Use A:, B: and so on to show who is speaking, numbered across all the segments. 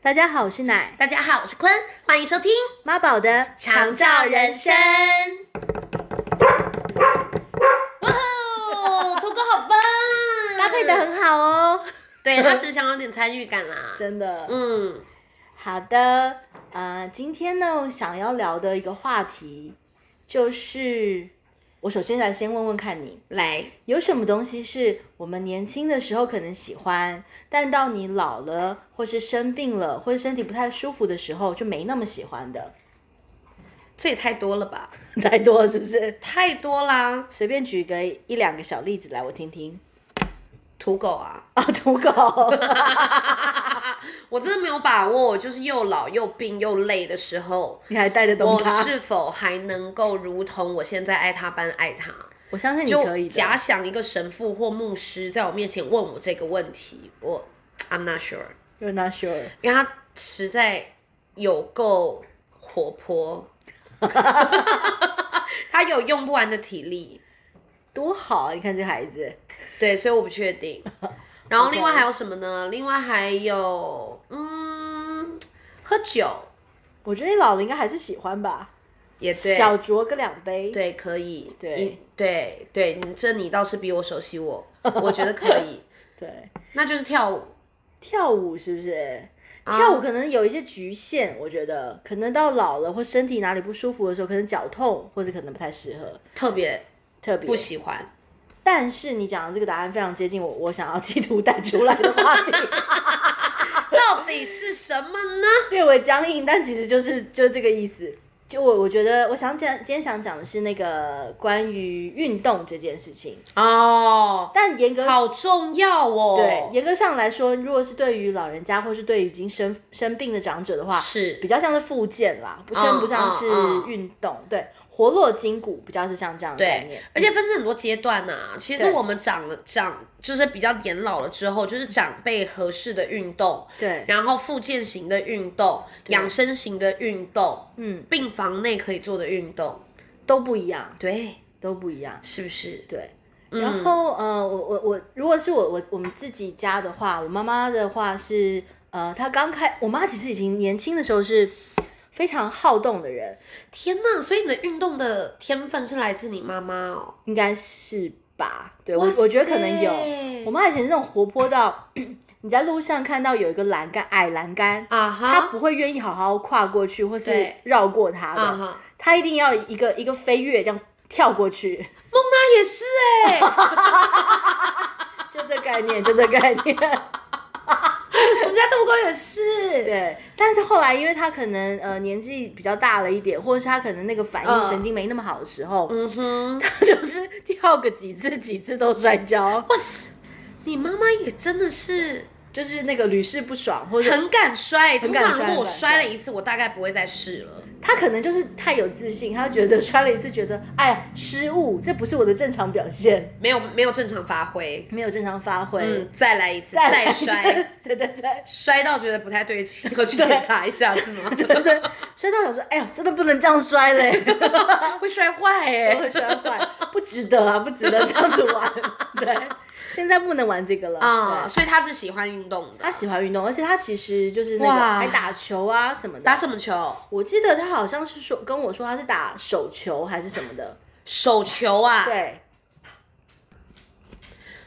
A: 大家好，我是奶
B: 大家好，我是坤，欢迎收听《
A: 妈宝的
B: 长照人生》。哇哦，土狗好棒，
A: 搭配的很好哦，
B: 对，他是想有点参与感啦。
A: 真的。
B: 嗯，
A: 好的，呃，今天呢，我想要聊的一个话题就是，我首先来先问问看你，
B: 来，
A: 有什么东西是我们年轻的时候可能喜欢，但到你老了，或是生病了，或是身体不太舒服的时候，就没那么喜欢的？
B: 这也太多了吧？
A: 太多了是不是？
B: 太多啦，
A: 随便举个一两个小例子来，我听听。
B: 土狗啊！
A: 啊，土狗，
B: 我真的没有把握，我就是又老又病又累的时候，
A: 你还带得动
B: 我
A: 它？
B: 是否还能够如同我现在爱他般爱他？
A: 我相信你可以的。
B: 就假想一个神父或牧师在我面前问我这个问题，我 I'm not sure，
A: You're not sure。
B: 因为他实在有够活泼， 他有用不完的体力，
A: 多好啊！你看这孩子，
B: 对，所以我不确定。然后另外
A: OK
B: 还有什么呢？另外还有，嗯，喝酒
A: 我觉得你老了应该还是喜欢吧，
B: 也对，
A: 小酌个两杯。，
B: 对，可以，
A: 对
B: 你对对，你这你倒是比我熟悉我，我觉得可 以，
A: 对，
B: 那就是跳舞，
A: 跳舞是不是？
B: 啊
A: 跳舞可能有一些局限，我觉得可能到老了或身体哪里不舒服的时候，可能脚痛或者可能不太适合，
B: 特别
A: 特别
B: 不。喜欢。
A: 但是你讲的这个答案非常接近我我想要 企图带出来的话题，
B: 到底是什么呢？
A: 略微僵硬，但其实就是就是这个意思。就我我觉得我想讲今天想讲的是那个关于运动这件事情，
B: 哦，
A: 但严格说
B: 好重要
A: 对，
B: 哦。
A: 严格上来说，如果是对于老人家或是对于已经生生病的长者的话，
B: 是
A: 比较像是复健啦，不称不上是
B: 嗯嗯
A: 运动。对，活络筋骨比较是像这样的概
B: 对
A: 念。，
B: 而且分成很多阶段呐、其实
A: 对
B: 我们长了长，就是比较年老了之后，就是长辈合适的运动，
A: 对，
B: 然后复健型的运动、养生型的运动、
A: 嗯，
B: 病房内可以做的运动，
A: 都不一样，
B: 对，
A: 都不一样。
B: 是不是？
A: 对，
B: 嗯
A: 然后、呃，我我我，如果是我我我们自己家的话，我妈妈的话是呃，她刚开，我妈其实已经年轻的时候是非常好动的人，
B: 天呐！所以你的运动的天分是来自你妈妈哦。
A: 应该是吧？对我
B: 哇塞
A: 我觉得可能有。我妈以前是那种活泼到， 你在路上看到有一个栏杆，矮栏杆，
B: 啊
A: 她
B: 哈
A: 不会愿意好好跨过去，或是
B: 对
A: 绕过它
B: 啊
A: 的，
B: 哈，
A: 她一定要一个一个飞跃这样跳过 去，
B: 孟娜也是哎、
A: 就这概念，就这概念。
B: 我们家豆哥也是。
A: 对，啊但是后来因为她可能呃年纪比较大了一点，或者是她可能那个反应
B: 嗯
A: 神经没那么好的时候，
B: 嗯哼，
A: 她就是跳个几次几次都摔跤，
B: 哇塞，你妈妈也真的是
A: 就是那个屡试不爽，或者
B: 很敢摔。
A: 很
B: 通
A: 敢摔
B: 常如果我摔
A: 很敢
B: 了一次，我大概不会再试了。
A: 他可能就是太有自信，他觉得 摔了一次，觉得哎呀失误，这不是我的正常表现，
B: 没有没有正常发挥。
A: 没有正常发挥，
B: 嗯，再来一次，
A: 再来
B: 再
A: 一次
B: 摔，，
A: 对对对
B: 摔到觉得不太对劲，要去检查一下是 吗？
A: 对对，摔到想说，哎呀，真的不能这样摔嘞，
B: 会摔坏哎、
A: 都会 摔坏，不值得啊，不值得这样子 玩，对，现在不能玩这个了
B: 啊、
A: 对
B: 所以他是喜欢运动的。
A: 他喜欢运动，而且他其实就是那个
B: 哇
A: 还打球啊什么的
B: 打。什么球？
A: 我记得他好像是说跟我说他是打手球还是什么的，
B: 手球啊，
A: 对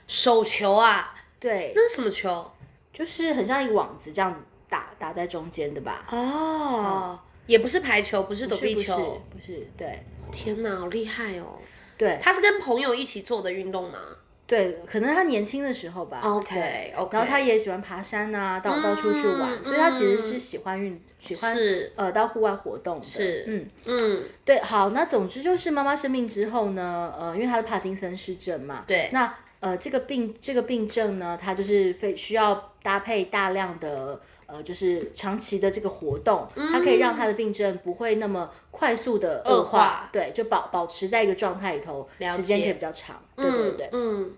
B: 手球啊，
A: 对，
B: 那是什么球？
A: 就是很像一个网子这样子打打在中间的吧。
B: 哦，也不是排球，不是躲避
A: 不是
B: 球。
A: 不是，对
B: 天哪，好厉害哦！
A: 对
B: 他是跟朋友一起做的运动吗
A: 对，可能他年轻的时候吧。对
B: ？OK OK，
A: 然后他也喜欢爬山啊，到、
B: 嗯
A: 到处去玩，所以他其实
B: 嗯
A: 是喜欢运，喜欢
B: 是
A: 呃到户外活动的。
B: 是
A: 嗯，
B: 嗯，
A: 对，好，那总之就是妈妈生病之后呢，呃，因为她是帕金森氏症嘛，
B: 对
A: 那呃这个病这个病症呢，它就是非需要搭配大量的呃就是长期的这个活动，它可以让她的病症不会那么快速的恶
B: 嗯恶化
A: 对，就保保持在一个状态里头，时
B: 解
A: 间可以比较长，对对对。
B: 嗯，嗯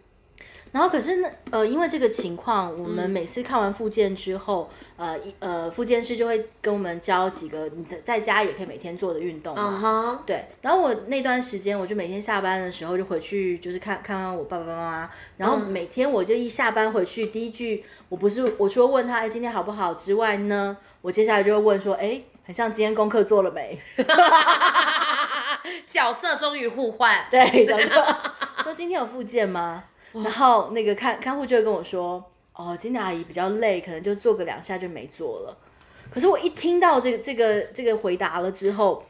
A: 然后可是呢，呃，因为这个情况，我
B: 嗯
A: 们每次看完复健之后，呃一呃，复健师就会跟我们教几个你在在家也可以每天做的运动嘛。
B: 嗯哼，
A: 对，然后我那段时间，我就每天下班的时候就回去，就是看看看我爸爸妈妈。然后
B: 嗯
A: 每天我就一下班回去，第一句我不是我除了问他哎今天好不好之外呢，我接下来就会问说哎，很像今天功课做了没？
B: 角色终于互换，
A: 对，讲说 说今天有复健吗？然后那个看看护就会跟我说，哦，今天阿姨比较累，可能就做个两下就没做 了。可是我一听到这个这个这个回答了之后，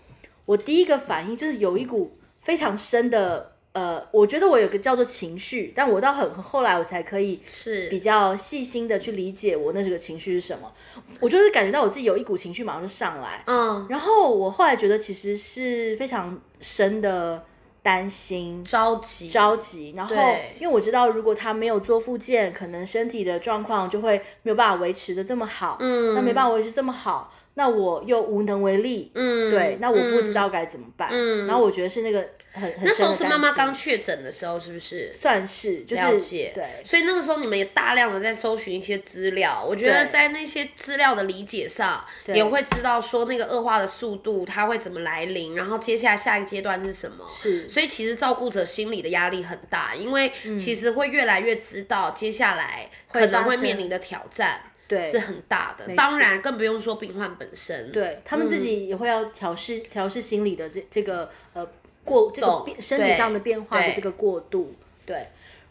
A: 我第一个反应就是有一股非常深的呃，我觉得我有个叫做情绪，但我到很后来我才可以
B: 是
A: 比较细心的去理解我那这个情绪是什么。我就是感觉到我自己有一股情绪马上就上来，
B: 嗯，
A: 然后我后来觉得其实是非常深的担心、
B: 着急，
A: 着急，然后
B: 对
A: 因为我知道，如果他没有做复健，可能身体的状况就会没有办法维持的这么好，
B: 嗯，
A: 那没办
B: 法，
A: 法维持这么好，那我又无能为力，
B: 嗯，
A: 对，那我不
B: 嗯
A: 知道该怎么办。
B: 嗯
A: 然后我觉得是那个很很
B: 那时
A: 深
B: 候
A: 的
B: 是
A: 担
B: 妈妈
A: 心
B: 刚确诊的时候，是不是？
A: 算是就是
B: 了解，
A: 对
B: 所以那个时候你们也大量的在搜寻一些资料，我觉得
A: 对
B: 在那些资料的理解上，也会知道说那个恶化的速度它会怎么来临，然后接下来下一个阶段是什么。
A: 是嗯
B: 所以其实照顾者心理的压力很大，因为其实会越来越知道接下来可能会面临的挑战
A: 对
B: 是很大的，
A: 错
B: 当然更不用说病患本身。
A: 对他们自
B: 嗯
A: 己也会要调试、调试心理的这这个呃过这个
B: 懂
A: 变身体上的变化的
B: 对
A: 这个过渡，对。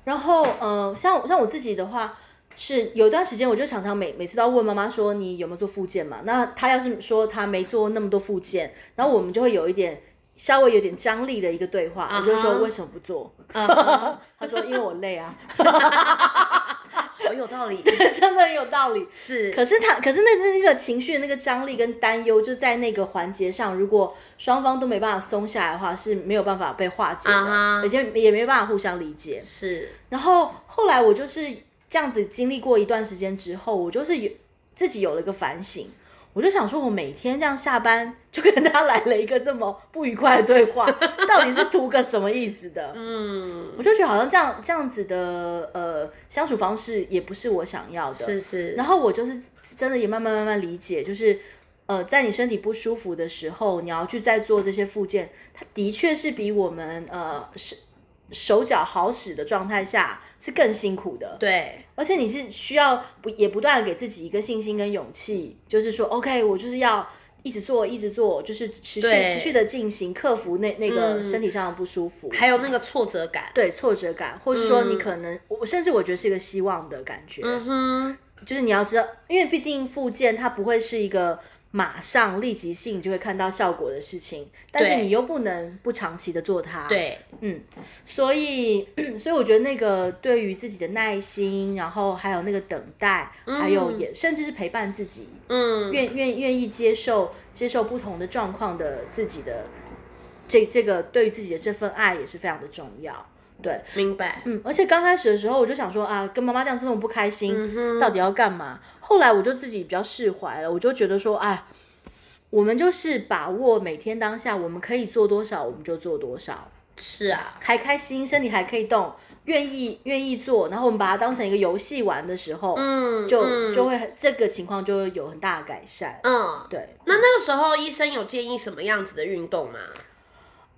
A: 然后呃，像像我自己的话，是有一段时间我就常常每每次都要问妈妈说你有没有做复健嘛？那她要是说她没做那么多复健，然后我们就会有一点稍微有点张力的一个对话，我就
B: 啊哈
A: 说为什么不做？
B: 嗯哼，
A: 她说因为我累啊，
B: 好有 道理，
A: 真的很有道理。
B: 是
A: 可是他，可是那那那个情绪的那个张力跟担忧，就在那个环节上，如果双方都没办法松下来的话，是没有办法被化解的
B: 啊哈
A: 而且也没办法互相理解。
B: 是，
A: 然后后来我就是这样子经历过一段时间之后，我就是有自己有了一个反省，我就想说，我每天这样下班就跟他 来了一个这么不愉快的对话，到底是图个什么意思的？
B: 嗯，
A: 我就觉得好像这样这样子的呃相处方式也不是我想要的，
B: 是是，
A: 然后我就是真的也慢慢慢慢理解，就是呃，在你身体不舒服的时候，你要去再做这些复健，它的确是比我们呃手手脚好使的状态下是更辛苦的。
B: 对，
A: 而且你是需要不也不断的给自己一个信心跟勇气，就是说，OK，我就是要一直做，一直做，就是持续
B: 对
A: 持续的进行，克服那那个
B: 嗯
A: 身体上的不舒服，
B: 还有那个挫折感，
A: 对挫折感，或是说你
B: 嗯
A: 可能，我甚至我觉得是一个希望的感觉。
B: 嗯哼，
A: 就是你要知道，因为毕竟复健它不会是一个马上立即性就会看到效果的事情，但是
B: 对
A: 你又不能不长期的做它。，
B: 对，
A: 嗯，所以 所以我觉得那个对于自己的耐心，然后还有那个等待，还有
B: 嗯
A: 也甚至是陪伴自己，
B: 嗯，
A: 愿愿愿意接受接受不同的状况的自己的这这个对于自己的这份爱也是非常的重要。对，
B: 明白，
A: 嗯，而且刚开始的时候我就想说啊，跟妈妈这样这种不开心，
B: 嗯哼，
A: 到底要干嘛？后来我就自己比较释怀了，我就觉得说，哎，我们就是把握每天当下，我们可以做多少，我们就做多少，
B: 是啊，
A: 还开心，身体还可以动，愿意愿意做，然后我们把它当成一个游戏玩的时候，
B: 嗯，
A: 就
B: 嗯
A: 就会很这个情况就会有很大的改善。
B: 嗯，
A: 对，
B: 那那个时候医生有建议什么样子的运动吗？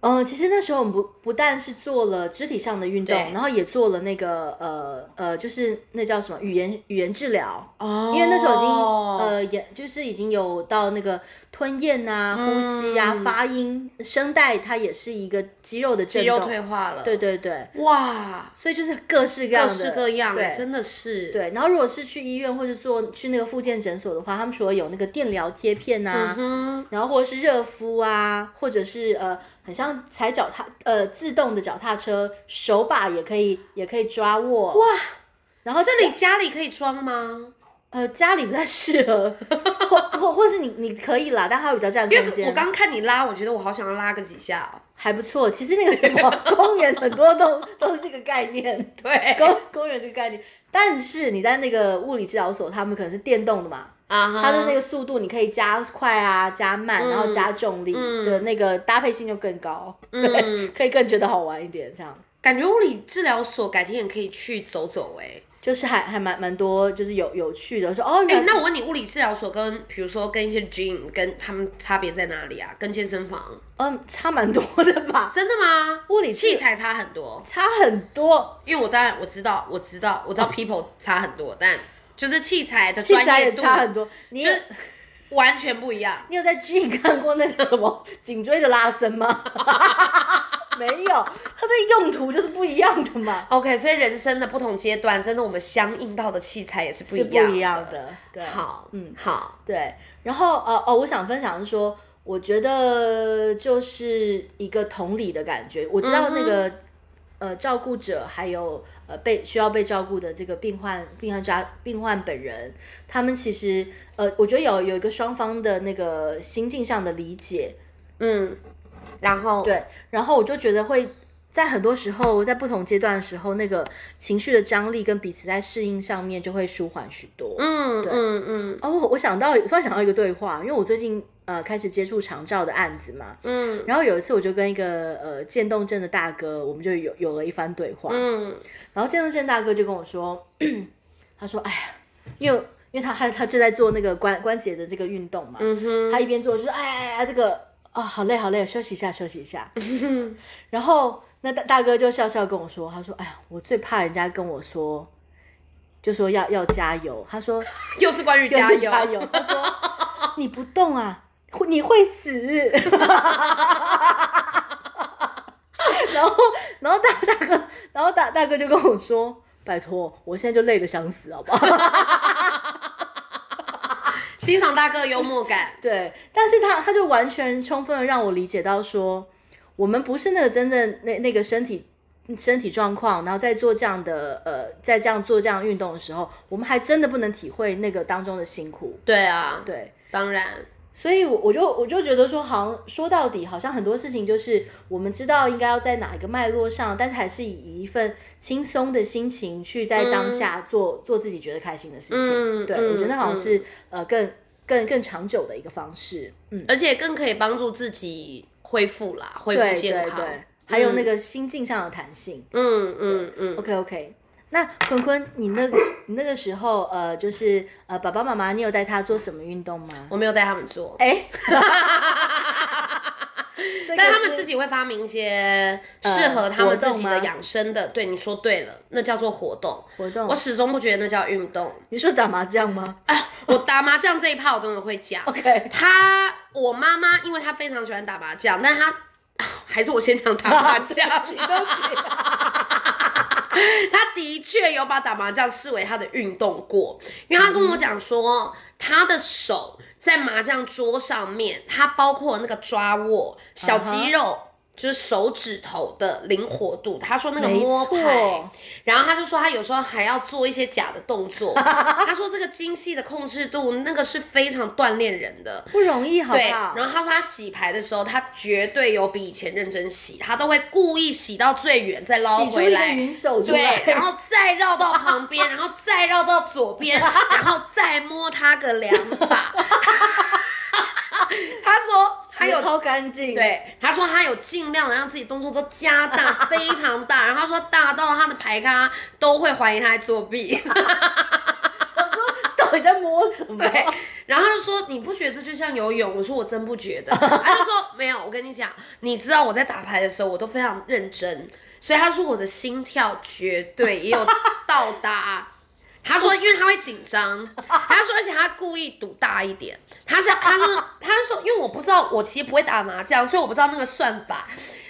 A: 嗯、其实那时候我们不不但是做了肢体上的运动
B: 对，
A: 然后也做了那个呃呃，就是那叫什么语言语言治疗，
B: 哦
A: 因为那时候已经、呃也就是已经有到那个吞咽啊、呼吸啊、
B: 嗯
A: 发音、声带，它也是一个肌肉的
B: 肌
A: 震
B: 肉
A: 动。
B: 退化了，
A: 对，对对，
B: 哇，
A: 所以就是各式各样
B: 各
A: 的
B: 式各样，
A: 对
B: 真的是，
A: 对，然后如果是去医院或者做去那个复健诊所的话，他们除了有那个电疗贴片
B: 嗯
A: 啊，
B: 哼，
A: 然后或者是热敷啊，或者是呃，很像踩脚踏呃自动的脚踏车，手把也可以也可以抓握。哇！然后
B: 这里家里可以装吗？
A: 呃，家里不太适合，或或或是你你可以啦，但它有比较占
B: 因
A: 空
B: 为
A: 间。
B: 我刚看你拉，我觉得我好想要拉个几下哦。
A: 还不错，其实那个什么公园很多都都是这个概念，
B: 对，
A: 公公园这个概念。但是你在那个物理治疗所，他们可能是电动的嘛，
B: 啊哈，
A: 它的那个速度你可以加快啊、加慢，然后加重力
B: 嗯
A: 的那个搭配性就更高，
B: 嗯，
A: 可以更觉得好玩一点这样。
B: 感觉物理治疗所改天也可以去走走哎、
A: 就是还还蛮蛮多，就是有有趣的，说哦，
B: 哎、
A: 原来
B: 那我问你，物理治疗所跟比如说跟一些 gym 跟他们差别在哪里啊？跟健身房
A: 嗯，差蛮多的吧，
B: 真的吗？
A: 物理治
B: 器材差很多，
A: 差很多。
B: 因为我当然我知道，我知道，
A: 哦
B: 我知道 people 差很多，但就是器材的
A: 器
B: 专
A: 材
B: 业
A: 也
B: 度
A: 差很多，你有
B: 就是完全不一样。
A: 你有在 G 看过那个什么颈椎的拉伸 吗？没有，它的用途就是不一样的嘛，
B: OK，所以人生的不同阶段，真的我们相应到的器材也是不
A: 是
B: 一
A: 不
B: 样
A: 一样。的。对，
B: 好，
A: 嗯
B: 嗯，好，
A: 对，然后呃哦，我想分享的是说，我觉得就是一个同理的感觉。我知道那
B: 嗯
A: 个、呃照顾者还有呃被需要被照顾的这个病患、病患家、病患本人，他们其实呃，我觉得有有一个双方的那个心境上的理解。
B: 嗯，然后
A: 对，然后我就觉得会。在很多时候，在不同阶段的时候，那个情绪的张力跟彼此在适应上面就会舒缓许多。
B: 嗯嗯嗯
A: 哦，我我想到突然想到一个对话，因为我最近呃开始接触长照的案子嘛，
B: 嗯
A: 然后有一次我就跟一个呃渐冻症的大哥，我们就有有了一番对话，
B: 嗯
A: 然后渐冻症大哥就跟我说， 他说哎呀，因为因为他他他正在做那个关关节的这个运动嘛，
B: 嗯哼，
A: 他一边做就是哎哎哎这个啊、好累好累，休息一下休息一 下，然后那大大哥就笑笑跟我说，他说哎呀我最怕人家跟我说，就说要要加油，他 说。
B: 又是关于
A: 又
B: 加
A: 是
B: 油，
A: 加油。他 说你不动啊，会你会死。 然后，然后大大哥，然后大大哥就跟我说：“拜托，我现在就累得想死，好不好。
B: 欣赏大哥的幽默感？”
A: 对，但是他他就完全充分的让我理解到说，我们不是那个真正那那个身体身体状况，然后在做这样的呃，在这样做这样运动的时候，我们还真的不能体会那个当中的辛苦。
B: 对啊，
A: 对，
B: 当然，
A: 所以我，我就我就觉得说，好像说到底，好像很多事情就是我们知道应该要在哪一个脉络上，但是还是以一份轻松的心情去在当下做、做自己觉得开心的事情。
B: 嗯
A: 对、
B: 嗯
A: 我觉得好像是、呃更更更长久的一个方式。嗯，
B: 而且更可以帮助自己恢复啦，恢
A: 对
B: 复
A: 对
B: 健康。
A: 对，还有那个心境上的弹性。
B: 嗯嗯嗯，
A: OK OK。那坤坤，你那个你那个时候，呃，就是呃，爸爸妈妈，你有带他做什么运动吗？
B: 我没有带他们做，
A: 哎，
B: 但他们
A: 己。
B: 自己会发明一些适合他
A: 呃活
B: 们
A: 动
B: 自己
A: 吗
B: 的养生的。对，你说对了，那叫做活动。
A: 活动
B: 我。始终不觉得那叫运动。
A: 你说打麻将吗
B: 哎，我打麻将这一趴我等会会讲。
A: ？OK，
B: 他，我妈妈，因为她非常喜欢打麻将，但她 还是我先讲打麻 将。
A: 对不起，
B: 他的确有把打麻将视为他的运动过，因为他跟我讲说，他的手在麻将桌上面，他包括那个抓握、小肌肉
A: 嗯
B: 就是手指头的灵活度。他 说那个
A: 没
B: 摸牌
A: 错，
B: 然后他就说他有时候还要做一些假的动 作。他说这个精细的控制度，那个是非常锻炼人的。
A: 不容易，好
B: 对，
A: 不好？
B: 然后他说他洗牌的时候，他绝对有比以前认真洗，他都会故意洗到最远再捞
A: 洗出
B: 回
A: 一个
B: 来。
A: 云手出来
B: 对，，然 后再绕到旁边，然后再绕到左边，然后再摸他个两把。 他说他
A: 洗得
B: 有
A: 超干净，，啊
B: 对，他说他有尽量的让自己动作都加 大，非常大。然后他说大到他的牌咖都会怀疑他在作弊。
A: 到底在摸什么？
B: 对，然后他就说你不觉得这就像游泳？我说我真不觉得。他就说没有，我跟你讲，你知道我在打牌的时候我都非常认真，所以他说我的心跳绝对也有到达。他说，因为他会紧张，他说，而且他故意赌大一点。他是，他说，他就说，因为我不知道，我其实不会打麻将，所以我不知道那个算法。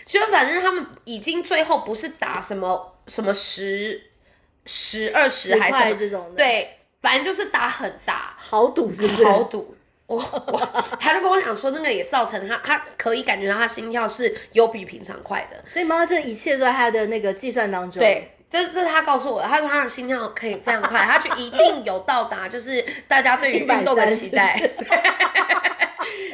B: 所以反正他们已经最后不是打什么什么十、十二十
A: 十
B: 还是什
A: 块
B: 么，
A: 这种的，，
B: 对，反正就是打很大，
A: 豪赌是不是？
B: 豪赌。我我，他就跟我讲说，那个也造成他，他可以感觉到他心跳是有比平常快的。
A: 所以妈妈这一切都在他的那个计算当中，，
B: 对，这这是他告诉我的，他说他的心跳可以非常快，他就一定有到达，就是大家对于运动的期待。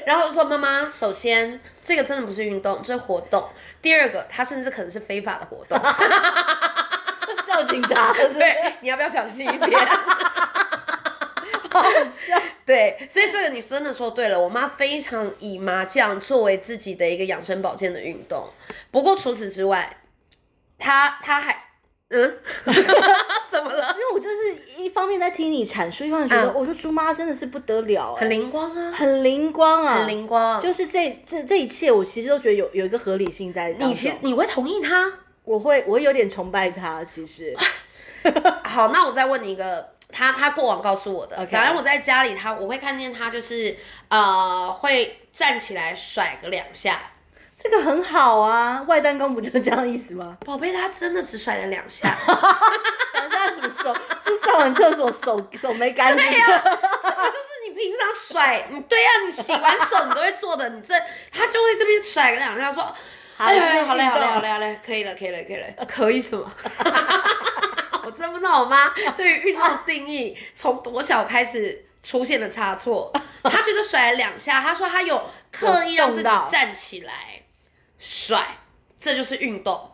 B: 然后我就说妈妈，首先这个真的不是运动，这是活动。第二个，他甚至可能是非法的活动。
A: 叫警察了，是不是？
B: 对，你要不要小心一 点？
A: 好笑，
B: 对，所以这个你真的说对了。我妈非常以麻将作为自己的一个养生保健的运动。不过除此之外，他他还嗯，怎么了？
A: 因为我就是一方面在听你阐述，一方面觉得，
B: 嗯
A: 我说猪妈真的是不得了、哎
B: 很灵光啊，
A: 很灵光啊，
B: 很灵光。
A: 就是这这这一切，我其实都觉得有有一个合理性在当中。
B: 你其实你会同意他？
A: 我会我会有点崇拜他，其 实
B: 好，那我再问你一个，他他过往告诉我的
A: OK
B: 反正我在家里他我会看见他就是呃会站起来甩个两下，
A: 这个很好啊。外单公不就是这样意思吗？
B: 宝贝他真的只甩了两下，
A: 等下什么 手是上完厕所手手没干净？
B: 这个就是你平常甩，你对呀、你洗完手你都会做的，你这他就会这边甩个两下说，哎
A: 这
B: 呀，
A: 边
B: 好嘞好嘞
A: 运动
B: 好嘞好嘞，可以了可以了可以了， 可以什么？我真不知道我妈对于运动的定义从多小开始出现了差错，她觉得甩了两下，她说她有刻意让自己
A: 有动到
B: 站起来甩，这就是运动。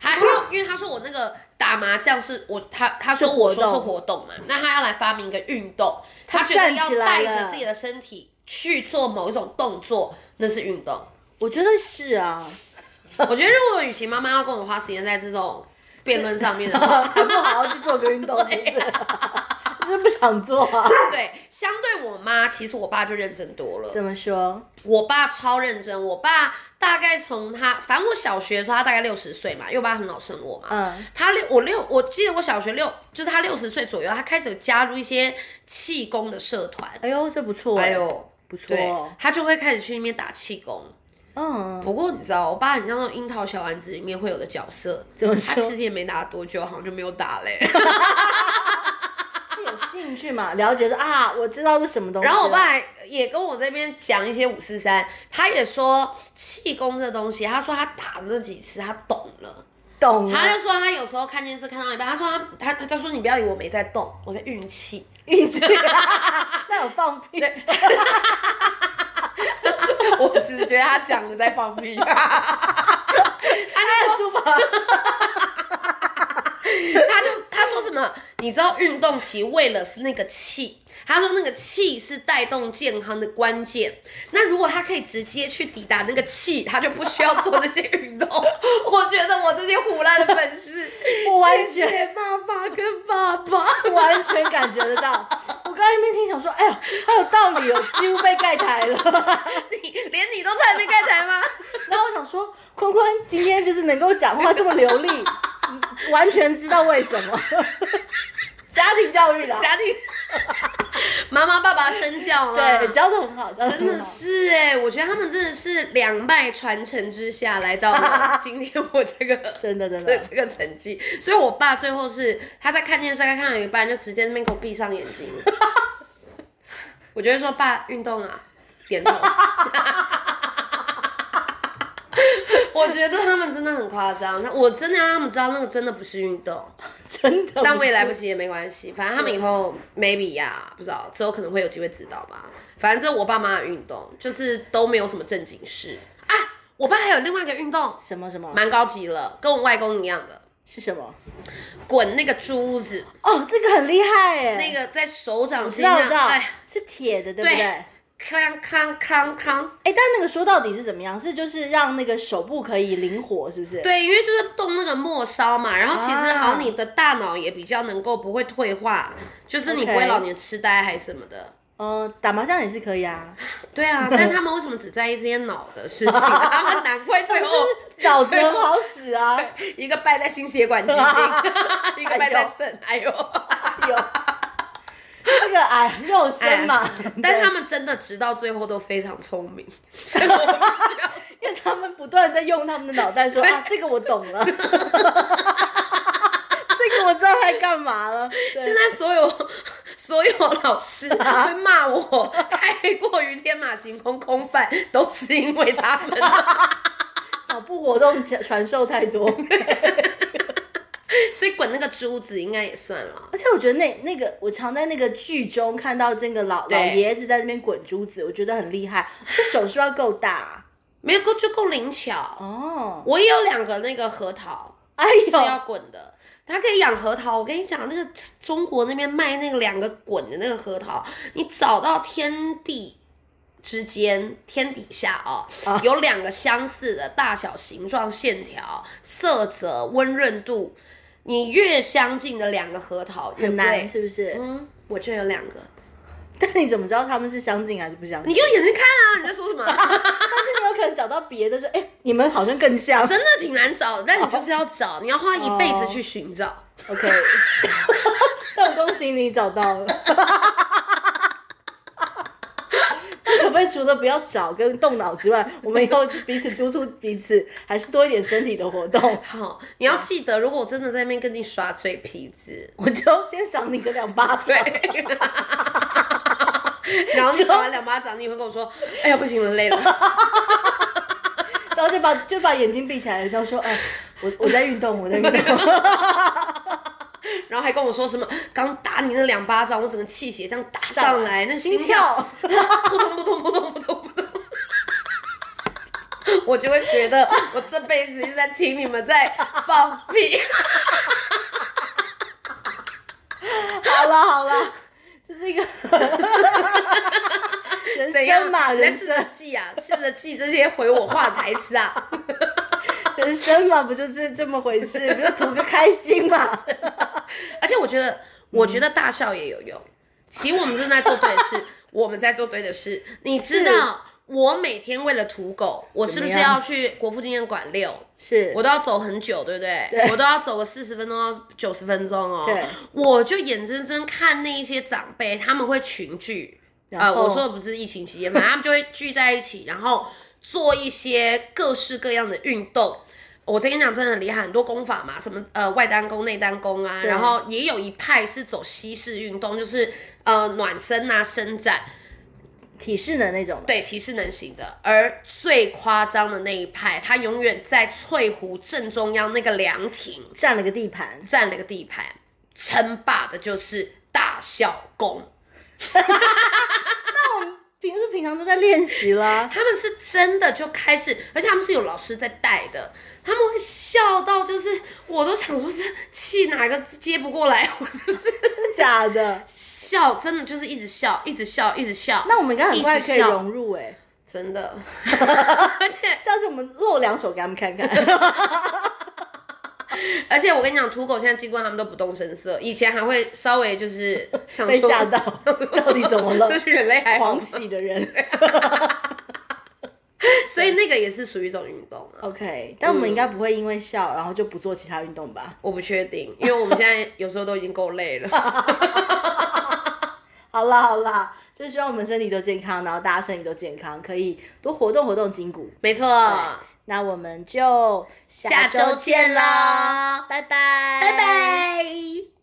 B: 她因为因为她说我那个打麻将是我她她说
A: 是活
B: 我说是
A: 动
B: 活动嘛，那她要来发明一个运动，
A: 她
B: 她觉得
A: 站
B: 要
A: 起来
B: 带
A: 了
B: 着自己的身体去做某一种动作，那是运动。
A: 我觉得是啊，
B: 我觉得如果雨晴妈妈要跟我花时间在这种辩论上面的 话，
A: 还不好好去做个运动，是不是？ 真不想做啊？
B: 对，相对我妈，其实我爸就认真多了。
A: 怎么说？
B: 我爸超认真，我爸大概从他，反正我小学的时候他大概六十岁嘛，因为我爸很老生我嘛。
A: 嗯，
B: 他六，我六，我记得我小学六，就是他六十岁左右，他开始加入一些气功的社团。
A: 哎呦，这不错，
B: 哎，呦，
A: 不错
B: 对
A: 哦，，
B: 他就会开始去那边打气功。
A: 嗯，
B: 不过你知道，我爸很像那种樱桃小丸子里面会有的角色，
A: 怎么
B: 他其
A: 说？
B: 实也没打多久，好像就没有打嘞、
A: 有兴趣嘛？了解说啊，我知道是什么东西了。
B: 然后我爸还也跟我这边讲一些五四三，他也说气功这东西，他说他打了那几次他懂了，
A: 懂啊
B: 他
A: 了，
B: 就说他有时候看电视看到一半，他说他他他说你不要以为我没在动，我在运气，
A: 运气， 那有放屁。
B: 我只是觉得他讲的在放屁。
A: 哎，猪吧，
B: 他就他说什么？你知道运动其实为了是那个气，他说那个气是带动健康的关键。那如果他可以直接去抵达那个气，他就不需要做那些运动。 我觉得我这些胡乱的本事，
A: 我完全
B: 谢谢妈妈跟爸 爸。
A: 完全感觉得到。我刚才一边听想说，哎呦，好有道理哦，几乎被盖台了。
B: 你连你都差点被盖台吗？
A: 然后我想说，坤坤今天就是能够讲话这么流利， 嗯完全知道为什么。 家庭教育的，
B: 家庭啊 妈妈爸爸身教啦。
A: 对，教的很好，教得
B: 真
A: 很
B: 的
A: 好。
B: 是哎、我觉得他们真的是两脉传承之下来到了今天我这个
A: 真的真
B: 这
A: 的
B: 这个成绩，所以我爸最后是他在看电视看到一半就直接那边给我闭上眼 睛，我就会说爸运动啊，点头。 我觉得他们真的很夸张，那我真的要让他们知道那个真的不是运动，
A: 真的。
B: 但我也来
A: 不
B: 不及也没关系，反正他们以后 maybe 呀、不知道之后可能会有机会知道吧。反正这是我爸妈的运动就是都没有什么正经事啊。我爸还有另外一个运动，
A: 是什么什么
B: 蛮高级了，跟我外公一样的，
A: 是什么？
B: 滚那个珠子，
A: 哦，这个很厉害哎，
B: 那
A: 个
B: 个在手掌
A: 知
B: 心
A: 道
B: 那
A: 我知
B: 样，
A: 道
B: 哎，，
A: 是铁的对不
B: 对
A: 对？
B: 康康康康，
A: 哎，但那个说到底是怎么样？是就是让那个手部可以灵活，是不是？
B: 对，因为就是动那个末梢嘛，然后其实
A: 啊
B: 好像你的大脑也比较能够不会退化，就是你不
A: OK
B: 会老年痴呆还是什么的。
A: 嗯，打麻将也是可以啊，
B: 对啊，但他们为什么只在意这些脑的事情？他们难怪最 后
A: 脑子很好使 啊，
B: 一个败在心血管疾 病，一个败在肾，哎呦！
A: 有这个哎肉身嘛，
B: 哎但
A: 对
B: 他们真的直到最后都非常聪明，所以我必须要
A: 因为他们不断地在用他们的脑袋 说啊，这个我懂了，这 个我知道他在干嘛了。
B: 现
A: 对，
B: 在所有 所有老师会骂我太过于天马行空空泛，都是因为他们。
A: 脑部活动传传授太多，
B: 所以滚那个珠子应该也算了。
A: 而且我觉得那那个我常在那个剧中看到这个老
B: 对
A: 老爷子在那边滚珠子，我觉得很厉害。这手是不是要够大啊、
B: 没有够就够灵巧。
A: 哦，
B: 我也有两个那个核桃
A: 哎
B: 是
A: 呦，
B: 要滚的，它可以养核桃。我跟你讲，那个中国那边卖那个两个滚的那个核桃，你找到天地之间，天底下哦，
A: 啊
B: 有两个相似的大小、形状、线条、色泽、温润度。你越相近的两个核桃越
A: 很难
B: 贵。
A: 是不是？
B: 嗯，我这有两个，
A: 但你怎么知道他们是相近还是不相近？
B: 你用眼睛看啊！你在说什 么？
A: 但是你有可能找到别的说，哎、你们好像更像。
B: 真的挺难找的，但你就是要找，你要花一辈
A: 哦
B: 子去寻找。
A: OK，但我恭喜你找到了。 那可不可以除了不要找跟动脑之外，我们以后彼此督促彼此，还是多一点身体的活动？
B: 好，你要记得，如果我真的在那边跟你耍嘴皮子，
A: 我就先赏你个两巴 掌。
B: 对， 然后你甩完两巴掌，你也会跟我说：“哎呀，不行了，累了。
A: 然后就把就把眼睛闭起来，然后说：“哎，我我在运动，我在运动。””
B: 然后还跟我说什么刚打你那两巴掌，我整个气血这样打上来，那
A: 心
B: 心跳 扑通扑通扑通扑通扑通。 我就会觉得我这辈子一直在听你们在放屁，
A: 好了好了，这是一 个人
B: 怎样
A: 生 嘛，
B: 你在
A: 人
B: 试
A: 生
B: 着记啊，试着记这些回我话的台词啊。
A: 人生嘛，不就这这么回事？不就图个开心 嘛？
B: 而且我觉得，我
A: 嗯
B: 觉得大笑也有用。其实我们正在做对的 事，我们在做对的事。你知道，我每天为了土狗，我是不是
A: 怎么样
B: 要去国父纪念馆遛？
A: 是
B: 我都要走很久，对不对？
A: 对
B: 我都要走个四十分钟到九十分钟哦。
A: 对
B: 我就眼睁睁看那一些长辈，他们会群聚。
A: 然
B: 啊，
A: 后
B: 我说的不是疫情期间嘛，他们就会聚在一起，然后做一些各式各样的运动。我在跟你讲，真的很厉害，很多功法嘛，什么呃外单功、内单功啊，
A: 对
B: 然后也有一派是走西式运动，就是呃暖身啊、伸展，
A: 体适能那种的，
B: 对提示能行的。而最夸张的那一派，他永远在翠湖正中央那个凉亭
A: 占了个地盘，
B: 占了个地盘，称霸的就是大笑功。
A: 平时平常都在练习啦。
B: 他们是真的就开始，而且他们是有老师在带的，他们会笑到就是我都想说这气哪个接不过来， 我就是
A: 真的假的？
B: 笑，真的就是一直笑，一直笑，一直笑，
A: 那我们应该很快可以
B: 一直笑
A: 融入哎、
B: 真的，而且
A: 下次我们露两手给他们看 看。
B: 而且我跟你讲，土狗现在经过他们都不动声色，以前还会稍微就是想
A: 被
B: 说
A: 吓 到，到底怎么了
B: 这？群人类还好
A: 狂
B: 吗，
A: 喜的人。
B: 所以那个也是属于一种运动啊。
A: OK，但我们应该不会因为笑然后就不做其他运动吧？
B: 我不确定，因为我们现在有时候都已经够累 了。
A: 好啦好啦，就是希望我们身体都健康，然后大家身体都健康，可以多活动活动筋骨。
B: 没错，
A: 那我们就
B: 下周见
A: 啦，
B: 啦，
A: 拜拜，
B: 拜。拜。